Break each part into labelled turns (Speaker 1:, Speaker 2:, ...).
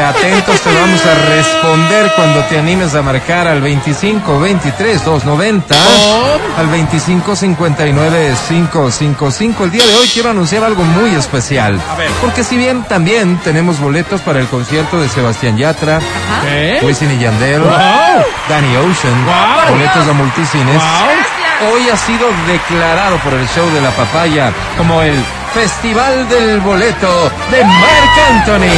Speaker 1: atentos, te vamos a responder cuando te animes a marcar al 25 23 290
Speaker 2: Oh.
Speaker 1: al 25 59 555. El día de hoy quiero anunciar algo muy especial.
Speaker 2: A ver.
Speaker 1: Porque si bien también tenemos boletos para el concierto de Sebastián Yatra,
Speaker 2: ¿Eh?
Speaker 1: Wisin y Yandel,
Speaker 2: Wow.
Speaker 1: Danny Ocean,
Speaker 2: Wow.
Speaker 1: boletos a multicines.
Speaker 2: ¡Ah!
Speaker 3: Wow.
Speaker 1: Hoy ha sido declarado por el show de la papaya como el Festival del Boleto de Marc Anthony.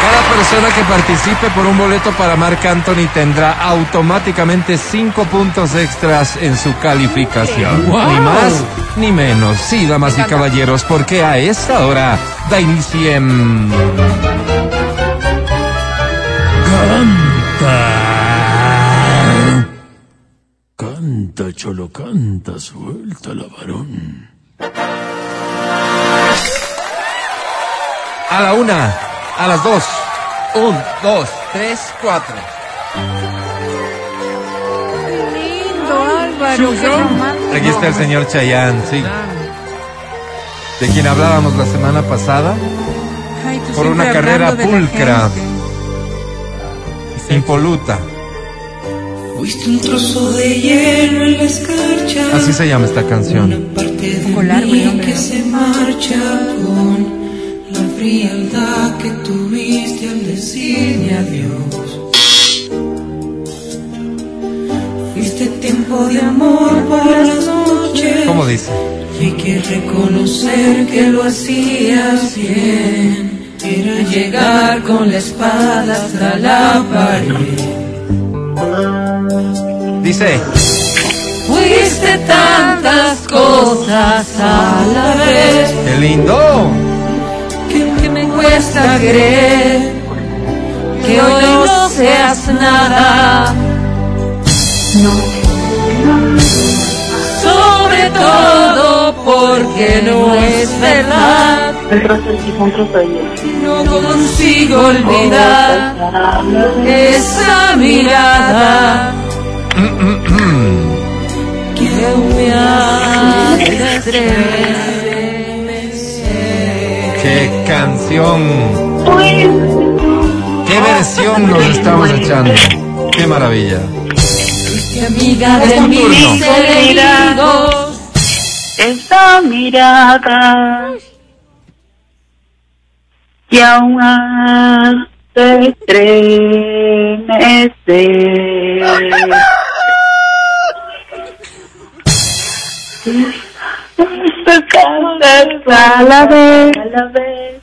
Speaker 1: Cada persona que participe por un boleto para Marc Anthony tendrá automáticamente cinco puntos extras en su calificación.
Speaker 2: Wow.
Speaker 1: Ni más ni menos. Sí, damas y caballeros, porque a esta hora da inicio en...
Speaker 4: Canta, cholo, canta, suelta la varón.
Speaker 1: A la una, a las dos. Un, dos, tres, cuatro.
Speaker 3: Lindo, Álvaro. qué
Speaker 2: Susan.
Speaker 3: romántico.
Speaker 1: Aquí está el señor Chayán, sí. De quien hablábamos la semana pasada.
Speaker 3: Ay, tú
Speaker 1: Por
Speaker 3: siempre
Speaker 1: una carrera
Speaker 3: hablando de la
Speaker 1: pulcra.
Speaker 3: gente.
Speaker 1: Impoluta.
Speaker 5: Fuiste un trozo de hielo en la escarcha.
Speaker 1: Así se llama esta
Speaker 5: Una
Speaker 1: canción.
Speaker 5: parte de
Speaker 3: poco largo el
Speaker 5: mí
Speaker 3: nombre,
Speaker 5: que
Speaker 3: ¿no?
Speaker 5: se marcha con la frialdad que tuviste al decirme adiós. Fuiste tiempo de amor para las noches.
Speaker 1: ¿Cómo dice?
Speaker 5: Y hay que reconocer que lo hacías bien. Era llegar con la espada hasta la pared.
Speaker 1: Dice,
Speaker 5: Fuiste tantas cosas a la vez
Speaker 1: qué lindo.
Speaker 5: que, que me cuesta creer que hoy no seas nada. No. Sobre todo porque no es verdad.
Speaker 6: Un trozo de un trozo de
Speaker 5: No
Speaker 6: hielo.
Speaker 5: consigo olvidar esa mirada que me hace estremecer.
Speaker 1: Qué canción. Qué versión nos estamos echando. Qué maravilla.
Speaker 5: Que amiga de
Speaker 1: Ojo,
Speaker 5: mis
Speaker 1: turno.
Speaker 5: enemigos,
Speaker 6: Esta mirada que aún hace estremecer. Tus cosas a la vez, a la vez,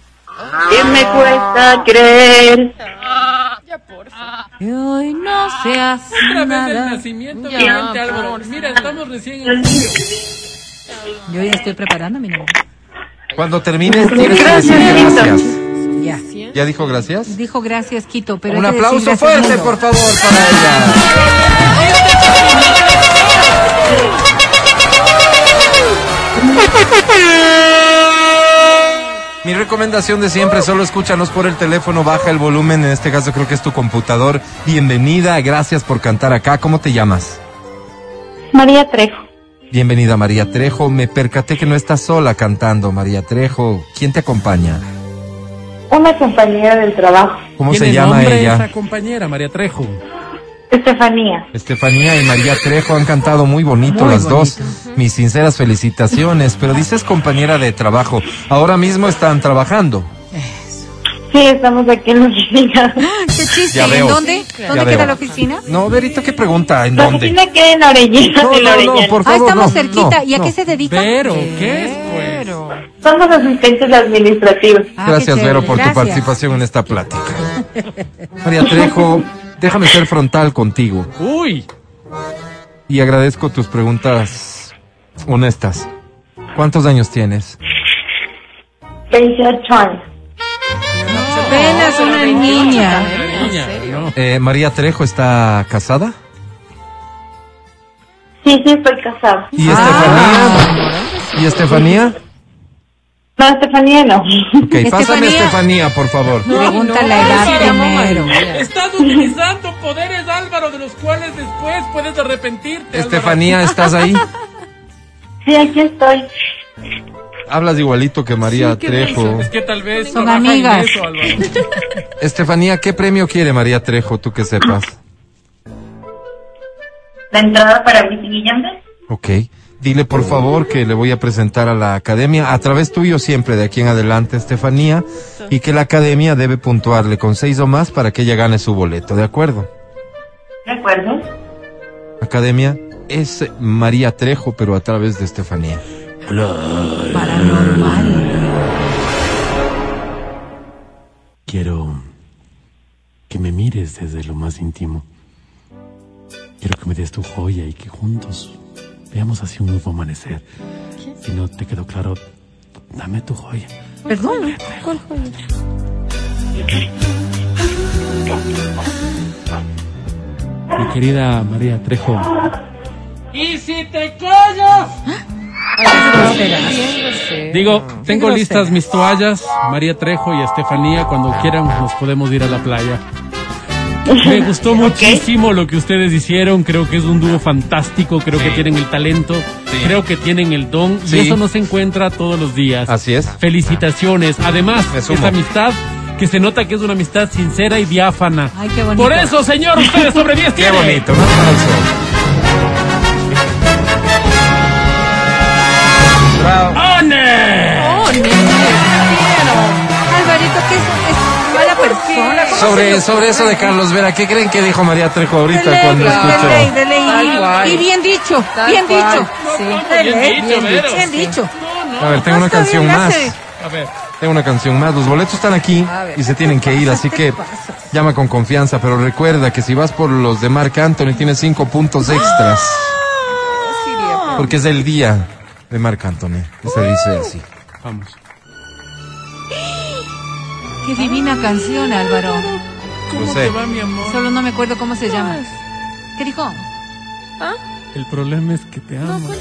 Speaker 6: que me cuesta creer
Speaker 5: que hoy no seas
Speaker 2: Otra vez el
Speaker 5: nada.
Speaker 2: nacimiento,
Speaker 5: Ya, pues.
Speaker 2: obviamente,
Speaker 5: por
Speaker 2: Álvaro.
Speaker 5: favor.
Speaker 2: Mira, estamos recién en el
Speaker 3: Yo ya estoy preparando mi nombre.
Speaker 1: Cuando termines, tienes que decir
Speaker 6: Gracias,
Speaker 1: gracias.
Speaker 3: Ya.
Speaker 1: ¿Ya dijo gracias?
Speaker 3: Dijo gracias, Quito, pero
Speaker 1: Un
Speaker 2: este
Speaker 3: hay que decir
Speaker 1: aplauso
Speaker 3: gracias, mundo.
Speaker 1: fuerte, por favor, para ella. Mi recomendación de siempre, solo escúchanos por el teléfono, baja el volumen, en este caso creo que es tu computador. Bienvenida, gracias por cantar acá. ¿Cómo te llamas?
Speaker 6: María Trejo.
Speaker 1: Bienvenida María Trejo, me percaté que no estás sola cantando, María Trejo. ¿Quién te acompaña?
Speaker 6: Una compañera del trabajo,
Speaker 1: ¿Cómo
Speaker 2: Tiene
Speaker 1: se llama
Speaker 2: nombre
Speaker 1: ella?
Speaker 2: esa compañera, María Trejo.
Speaker 6: Estefanía.
Speaker 1: Estefanía y María Trejo han cantado muy bonito
Speaker 3: Muy
Speaker 1: las
Speaker 3: bonito.
Speaker 1: dos. Mis sinceras felicitaciones, pero dices compañera de trabajo. Ahora mismo están trabajando.
Speaker 6: Sí, estamos aquí en la oficina.
Speaker 3: Ah, Qué chiste.
Speaker 1: Ya
Speaker 3: ¿En
Speaker 1: veo.
Speaker 3: dónde?
Speaker 1: Ya
Speaker 3: ¿Dónde
Speaker 1: veo.
Speaker 3: queda la oficina?
Speaker 1: No, Verito, ¿qué pregunta? ¿En
Speaker 3: Pues,
Speaker 6: La
Speaker 1: dónde?
Speaker 6: oficina queda en
Speaker 1: No,
Speaker 6: Orellana, en
Speaker 1: no, no,
Speaker 6: Orellana.
Speaker 1: por
Speaker 3: Ah,
Speaker 1: favor,
Speaker 3: estamos
Speaker 1: no,
Speaker 3: cerquita.
Speaker 1: no,
Speaker 3: ¿Y a
Speaker 1: no.
Speaker 3: qué se dedica?
Speaker 2: Vero, ¿qué es, pues?
Speaker 3: Vero.
Speaker 6: Somos asistentes administrativos.
Speaker 3: Ah, qué
Speaker 1: Gracias,
Speaker 3: chévere,
Speaker 1: Vero, por tu
Speaker 3: gracias.
Speaker 1: participación en esta plática. María Trejo, déjame ser frontal contigo
Speaker 2: Uy,
Speaker 1: y agradezco tus preguntas honestas. ¿Cuántos años tienes?
Speaker 6: 28 años.
Speaker 3: Apenas una niña.
Speaker 2: niña. No.
Speaker 1: Eh, María Trejo está casada
Speaker 6: Sí, sí, estoy casada.
Speaker 1: y
Speaker 3: Ah.
Speaker 1: Estefanía y Estefanía.
Speaker 6: No, Estefanía no.
Speaker 1: Ok, pásame a
Speaker 3: Estefanía.
Speaker 1: Estefanía, por favor.
Speaker 3: Pregunta
Speaker 2: no,
Speaker 3: la edad
Speaker 2: sí, la mamá.
Speaker 3: primero.
Speaker 2: Estás utilizando poderes, Álvaro, de los cuales después puedes arrepentirte. Álvaro.
Speaker 1: Estefanía, ¿estás ahí?
Speaker 6: Sí, aquí estoy.
Speaker 1: hablas igualito que María Trejo.
Speaker 2: Es que tal vez
Speaker 3: Son
Speaker 2: trabaja en
Speaker 3: amigas.
Speaker 2: eso, Álvaro.
Speaker 1: Estefanía, ¿qué premio quiere María Trejo? Tú que sepas.
Speaker 7: La entrada para Villante.
Speaker 1: Ok. Dile por favor que le voy a presentar a la academia a través tuyo siempre de aquí en adelante, Estefanía, y que la academia debe puntuarle con seis o más para que ella gane su boleto, ¿de acuerdo?
Speaker 7: ¿De acuerdo?
Speaker 1: Academia es María Trejo, pero a través de Estefanía.
Speaker 4: Quiero que me mires desde lo más íntimo. Quiero que me des tu joya y que juntos veamos así un nuevo amanecer. Si no te quedó claro, dame tu joya.
Speaker 3: Perdón.
Speaker 4: Mi querida María Trejo,
Speaker 2: Y si te callas,
Speaker 3: Ah.
Speaker 4: digo, tengo
Speaker 3: grosera.
Speaker 4: listas mis toallas, María Trejo y Estefanía, cuando quieran nos podemos ir a la playa. Me gustó muchísimo lo que ustedes hicieron, creo que es un dúo fantástico, creo que tienen el talento, creo que tienen el don
Speaker 1: Sí.
Speaker 4: y eso no se encuentra todos los días.
Speaker 1: Así es.
Speaker 4: Felicitaciones. Además,
Speaker 1: Me sumo.
Speaker 4: esa amistad que se nota que es una amistad sincera y diáfana.
Speaker 3: Ay, qué bonito.
Speaker 4: Por eso, señor, ustedes sobre 10
Speaker 1: Qué
Speaker 4: tienen.
Speaker 1: bonito, un aplauso.
Speaker 4: ¡One!
Speaker 3: Oh, no. Alvarito, que es, es mala persona. ¿Cómo
Speaker 1: Sobre,
Speaker 3: se
Speaker 1: sobre eso de Carlos Vera, ¿qué creen que dijo María Trejo
Speaker 3: De
Speaker 1: ahorita
Speaker 3: ley,
Speaker 1: cuando
Speaker 3: de ley,
Speaker 1: escuchó?
Speaker 3: de ley.
Speaker 5: Tal cual.
Speaker 3: Y bien dicho,
Speaker 5: Tal
Speaker 3: bien
Speaker 5: cual.
Speaker 3: dicho.
Speaker 5: Sí.
Speaker 3: De
Speaker 2: Bien
Speaker 3: ley,
Speaker 2: dicho,
Speaker 3: bien
Speaker 2: Vero,
Speaker 3: dicho, bien
Speaker 2: sí.
Speaker 3: dicho.
Speaker 1: A ver, tengo una
Speaker 3: Está bien,
Speaker 1: canción más.
Speaker 3: hace-
Speaker 2: a ver,
Speaker 1: Tengo una canción más. Los boletos están aquí
Speaker 3: A ver,
Speaker 1: y se
Speaker 3: ¿qué
Speaker 1: tienen
Speaker 3: te
Speaker 1: que ir,
Speaker 3: pasa?
Speaker 1: así
Speaker 3: ¿Qué
Speaker 1: que
Speaker 3: te pasa?
Speaker 1: llama con confianza. Pero recuerda que si vas por los de Marc Anthony, tienes cinco puntos extras.
Speaker 3: Ah.
Speaker 1: Porque es el día de Marc Anthony. Y se
Speaker 3: Uh.
Speaker 1: dice así.
Speaker 4: Vamos.
Speaker 3: Qué divina canción, Álvaro.
Speaker 1: Lo
Speaker 2: ¿cómo
Speaker 1: sé.
Speaker 2: te va, mi amor?
Speaker 3: Solo no me acuerdo cómo se llama. ¿Qué dijo?
Speaker 4: El problema es que te amo.
Speaker 5: pues.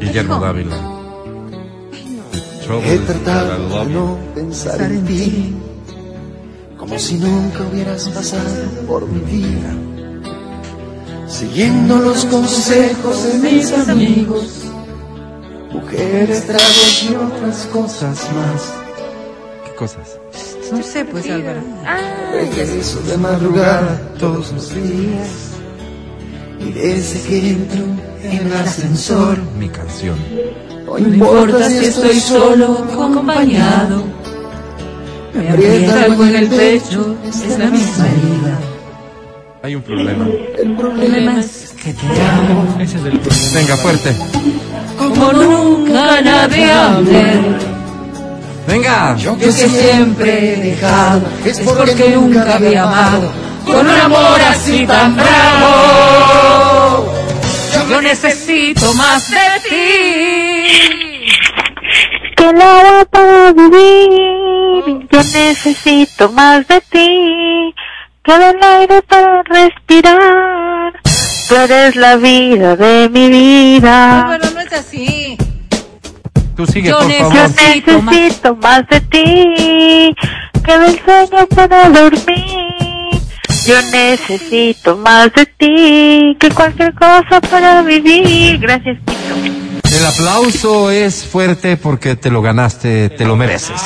Speaker 1: Guillermo
Speaker 3: Hijo.
Speaker 1: Dávila. Trouble
Speaker 8: He
Speaker 1: is that I
Speaker 8: tratado
Speaker 1: love
Speaker 8: de
Speaker 1: you.
Speaker 8: no pensar en ti, como si nunca hubieras pasado por mi vida. Siguiendo los consejos de mis amigos, mujeres, tragos y otras cosas más.
Speaker 1: ¿Qué cosas?
Speaker 3: No sé, pues, Álvaro.
Speaker 8: Regreso de madrugada todos los días. Y desde que entro en el ascensor,
Speaker 1: Mi canción.
Speaker 8: no importa si estoy solo,
Speaker 5: o acompañado.
Speaker 8: me aprieta algo en el pecho.
Speaker 5: Es la misma herida.
Speaker 1: Hay un problema.
Speaker 8: El problema
Speaker 4: Ese es el problema.
Speaker 1: Venga, fuerte.
Speaker 5: Como nunca nadie amé,
Speaker 1: Venga.
Speaker 8: Yo
Speaker 5: yo que siempre he dejado, es porque nunca había amado. Con un amor así tan bravo, yo necesito más de ti.
Speaker 6: Que la hago para vivir, yo necesito más de ti. Todo el aire para respirar, tú eres la vida de mi vida.
Speaker 3: Álvaro, no es así.
Speaker 1: Tú sigue,
Speaker 3: Yo
Speaker 1: por
Speaker 3: necesito-
Speaker 1: favor.
Speaker 6: Yo
Speaker 3: Necesito más.
Speaker 6: necesito más de ti, que del sueño para dormir. Yo necesito más de ti, que cualquier cosa para vivir. Gracias, Tito.
Speaker 1: El aplauso es fuerte porque te lo ganaste, te lo mereces.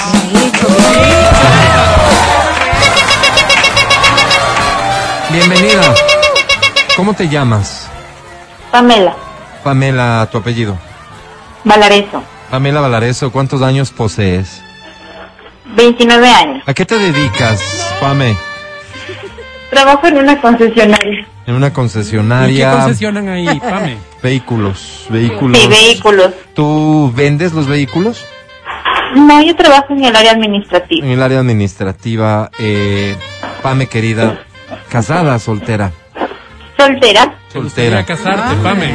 Speaker 1: Bienvenida. ¿Cómo te llamas?
Speaker 7: Pamela,
Speaker 1: Pamela, tu apellido.
Speaker 7: Valareso,
Speaker 1: Pamela Valareso, ¿cuántos años posees?
Speaker 7: 29 años.
Speaker 1: ¿A qué te dedicas, Pame?
Speaker 7: Trabajo en una concesionaria
Speaker 1: En una
Speaker 4: ¿Y qué
Speaker 1: concesionaria.
Speaker 4: concesionan ahí, Pame?
Speaker 1: Vehículos, vehículos.
Speaker 7: de vehículos.
Speaker 1: ¿Tú vendes los vehículos?
Speaker 7: No, yo trabajo en el área administrativa.
Speaker 1: En el área administrativa, eh, Pame querida, casada, soltera. Mm.
Speaker 7: Soltera.
Speaker 4: ¿Te gustaría
Speaker 1: Soltera.
Speaker 4: casarte, Pame?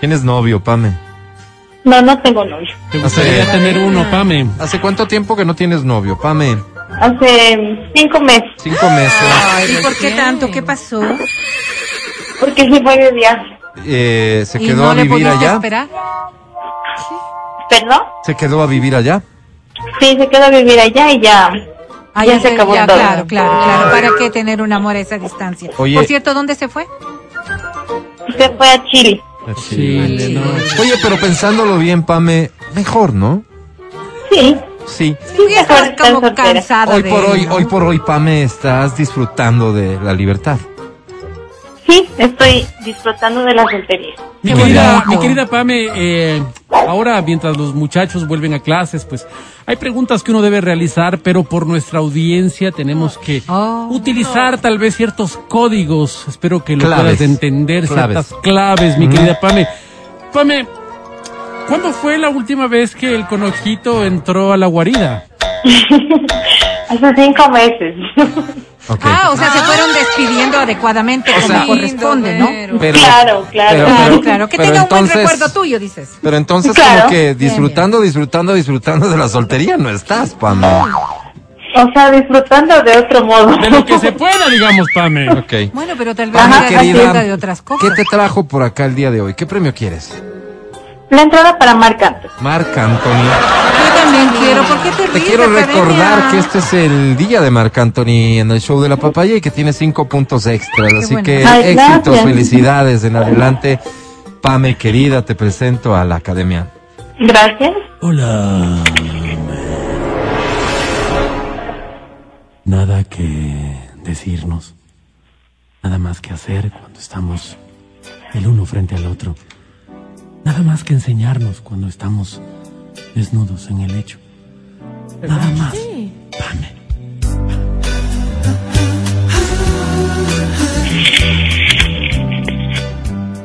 Speaker 1: ¿Tienes novio, Pame?
Speaker 7: No, no tengo novio.
Speaker 4: ¿Te gustaría
Speaker 1: Hace-
Speaker 4: tener uno, Pame?
Speaker 1: ¿Hace cuánto tiempo que no tienes novio, Pame?
Speaker 7: Hace cinco meses,
Speaker 1: Cinco meses.
Speaker 3: ¿Y por qué tanto? ¿Qué pasó?
Speaker 7: porque se fue de viaje.
Speaker 1: Eh, ¿Se
Speaker 3: ¿Y
Speaker 1: quedó
Speaker 3: no
Speaker 1: a
Speaker 3: le
Speaker 1: vivir
Speaker 3: pudiste
Speaker 1: allá?
Speaker 3: esperar?
Speaker 7: ¿Perdón?
Speaker 1: ¿Se quedó a vivir allá?
Speaker 7: Sí, se quedó a vivir allá y ya.
Speaker 3: Ah,
Speaker 7: Ya se acabó todo.
Speaker 3: Claro, claro, claro. ¿Para qué tener un amor a esa distancia?
Speaker 1: Oye.
Speaker 3: Por cierto, ¿dónde se fue?
Speaker 7: Se fue a Chile.
Speaker 1: A Chile.
Speaker 4: Chile, no.
Speaker 1: Oye, pero pensándolo bien, Pame, mejor, ¿no?
Speaker 7: Sí,
Speaker 1: Sí.
Speaker 7: sí,
Speaker 3: Sí,
Speaker 7: mejor
Speaker 3: estás
Speaker 7: estar
Speaker 3: como
Speaker 7: soltera.
Speaker 3: cansada
Speaker 1: Hoy
Speaker 3: de
Speaker 1: por
Speaker 3: él,
Speaker 1: hoy,
Speaker 3: ¿no?
Speaker 1: hoy por hoy, Pame, estás disfrutando de la libertad.
Speaker 7: Sí, estoy disfrutando de la soltería.
Speaker 4: Mi
Speaker 3: Qué
Speaker 4: querida,
Speaker 3: bonito.
Speaker 4: mi querida Pame, eh, ahora mientras los muchachos vuelven a clases, pues hay preguntas que uno debe realizar, pero por nuestra audiencia tenemos que
Speaker 1: Ah,
Speaker 3: Oh.
Speaker 4: utilizar tal vez ciertos códigos. Espero que lo
Speaker 1: Claves.
Speaker 4: puedas entender,
Speaker 1: Claves.
Speaker 4: ciertas claves, mi querida Pame. Pame, ¿cuándo fue la última vez que el conojito entró a la guarida?
Speaker 7: Hace cinco meses.
Speaker 1: Ok.
Speaker 3: Ah, o sea, se fueron despidiendo adecuadamente como
Speaker 1: sea,
Speaker 3: corresponde, ¿no?
Speaker 1: Pero-
Speaker 7: claro, claro.
Speaker 1: pero-
Speaker 3: Claro, claro. Que
Speaker 1: pero
Speaker 3: tenga un
Speaker 1: entonces-
Speaker 3: buen recuerdo tuyo, dices.
Speaker 1: Pero entonces
Speaker 7: Claro.
Speaker 1: como que disfrutando, disfrutando, disfrutando de la soltería no estás, Pame.
Speaker 7: O sea, disfrutando de otro modo.
Speaker 4: De lo que se pueda, digamos, Pame.
Speaker 1: Ok.
Speaker 3: Bueno, pero tal vez
Speaker 1: Pame,
Speaker 3: era disfruta
Speaker 1: querida,
Speaker 3: de otras
Speaker 1: ¿qué
Speaker 3: cosas.
Speaker 1: te trajo por acá el día de hoy? ¿Qué premio quieres?
Speaker 7: La entrada para Marcanto.
Speaker 1: Marca, Anthony.
Speaker 3: Yo también quiero. ¿Por qué te
Speaker 1: Te
Speaker 3: ríes,
Speaker 1: quiero
Speaker 3: Academia?
Speaker 1: recordar que este es el día de Marc Anthony en el show de la papaya y que tiene cinco puntos extras. Así
Speaker 3: bueno.
Speaker 1: que
Speaker 7: Ay,
Speaker 1: éxitos,
Speaker 7: gracias.
Speaker 1: felicidades en adelante. Pame, querida, te presento a la academia.
Speaker 7: Gracias.
Speaker 4: Hola. Nada que decirnos, nada más que hacer cuando estamos el uno frente al otro, nada más que enseñarnos cuando estamos desnudos en el lecho, nada más. Pame.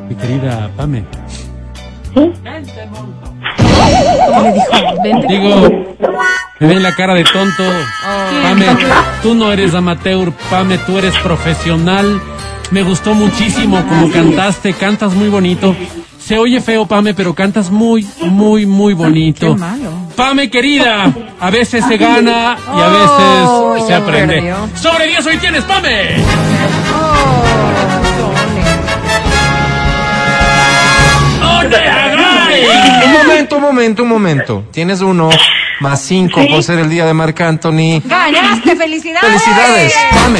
Speaker 4: Mi querida Pame. Digo, me ven la cara de tonto. Pame, tú no eres amateur, Pame, tú eres profesional. Me gustó muchísimo como cantaste, cantas muy bonito. Se oye feo, Pame, pero cantas muy, muy, muy bonito.
Speaker 3: Qué malo.
Speaker 4: Pame, querida, a veces se gana y a veces
Speaker 3: Uy,
Speaker 4: se
Speaker 3: ya
Speaker 4: aprende.
Speaker 3: perdió.
Speaker 4: Sobre 10 hoy tienes, Pame.
Speaker 3: Oh,
Speaker 4: ¡No te hagáis!
Speaker 1: Un momento, un momento, un momento. Tienes uno más cinco por ser el día de Marc Anthony.
Speaker 3: Ganaste, felicidades.
Speaker 1: Felicidades, Pame.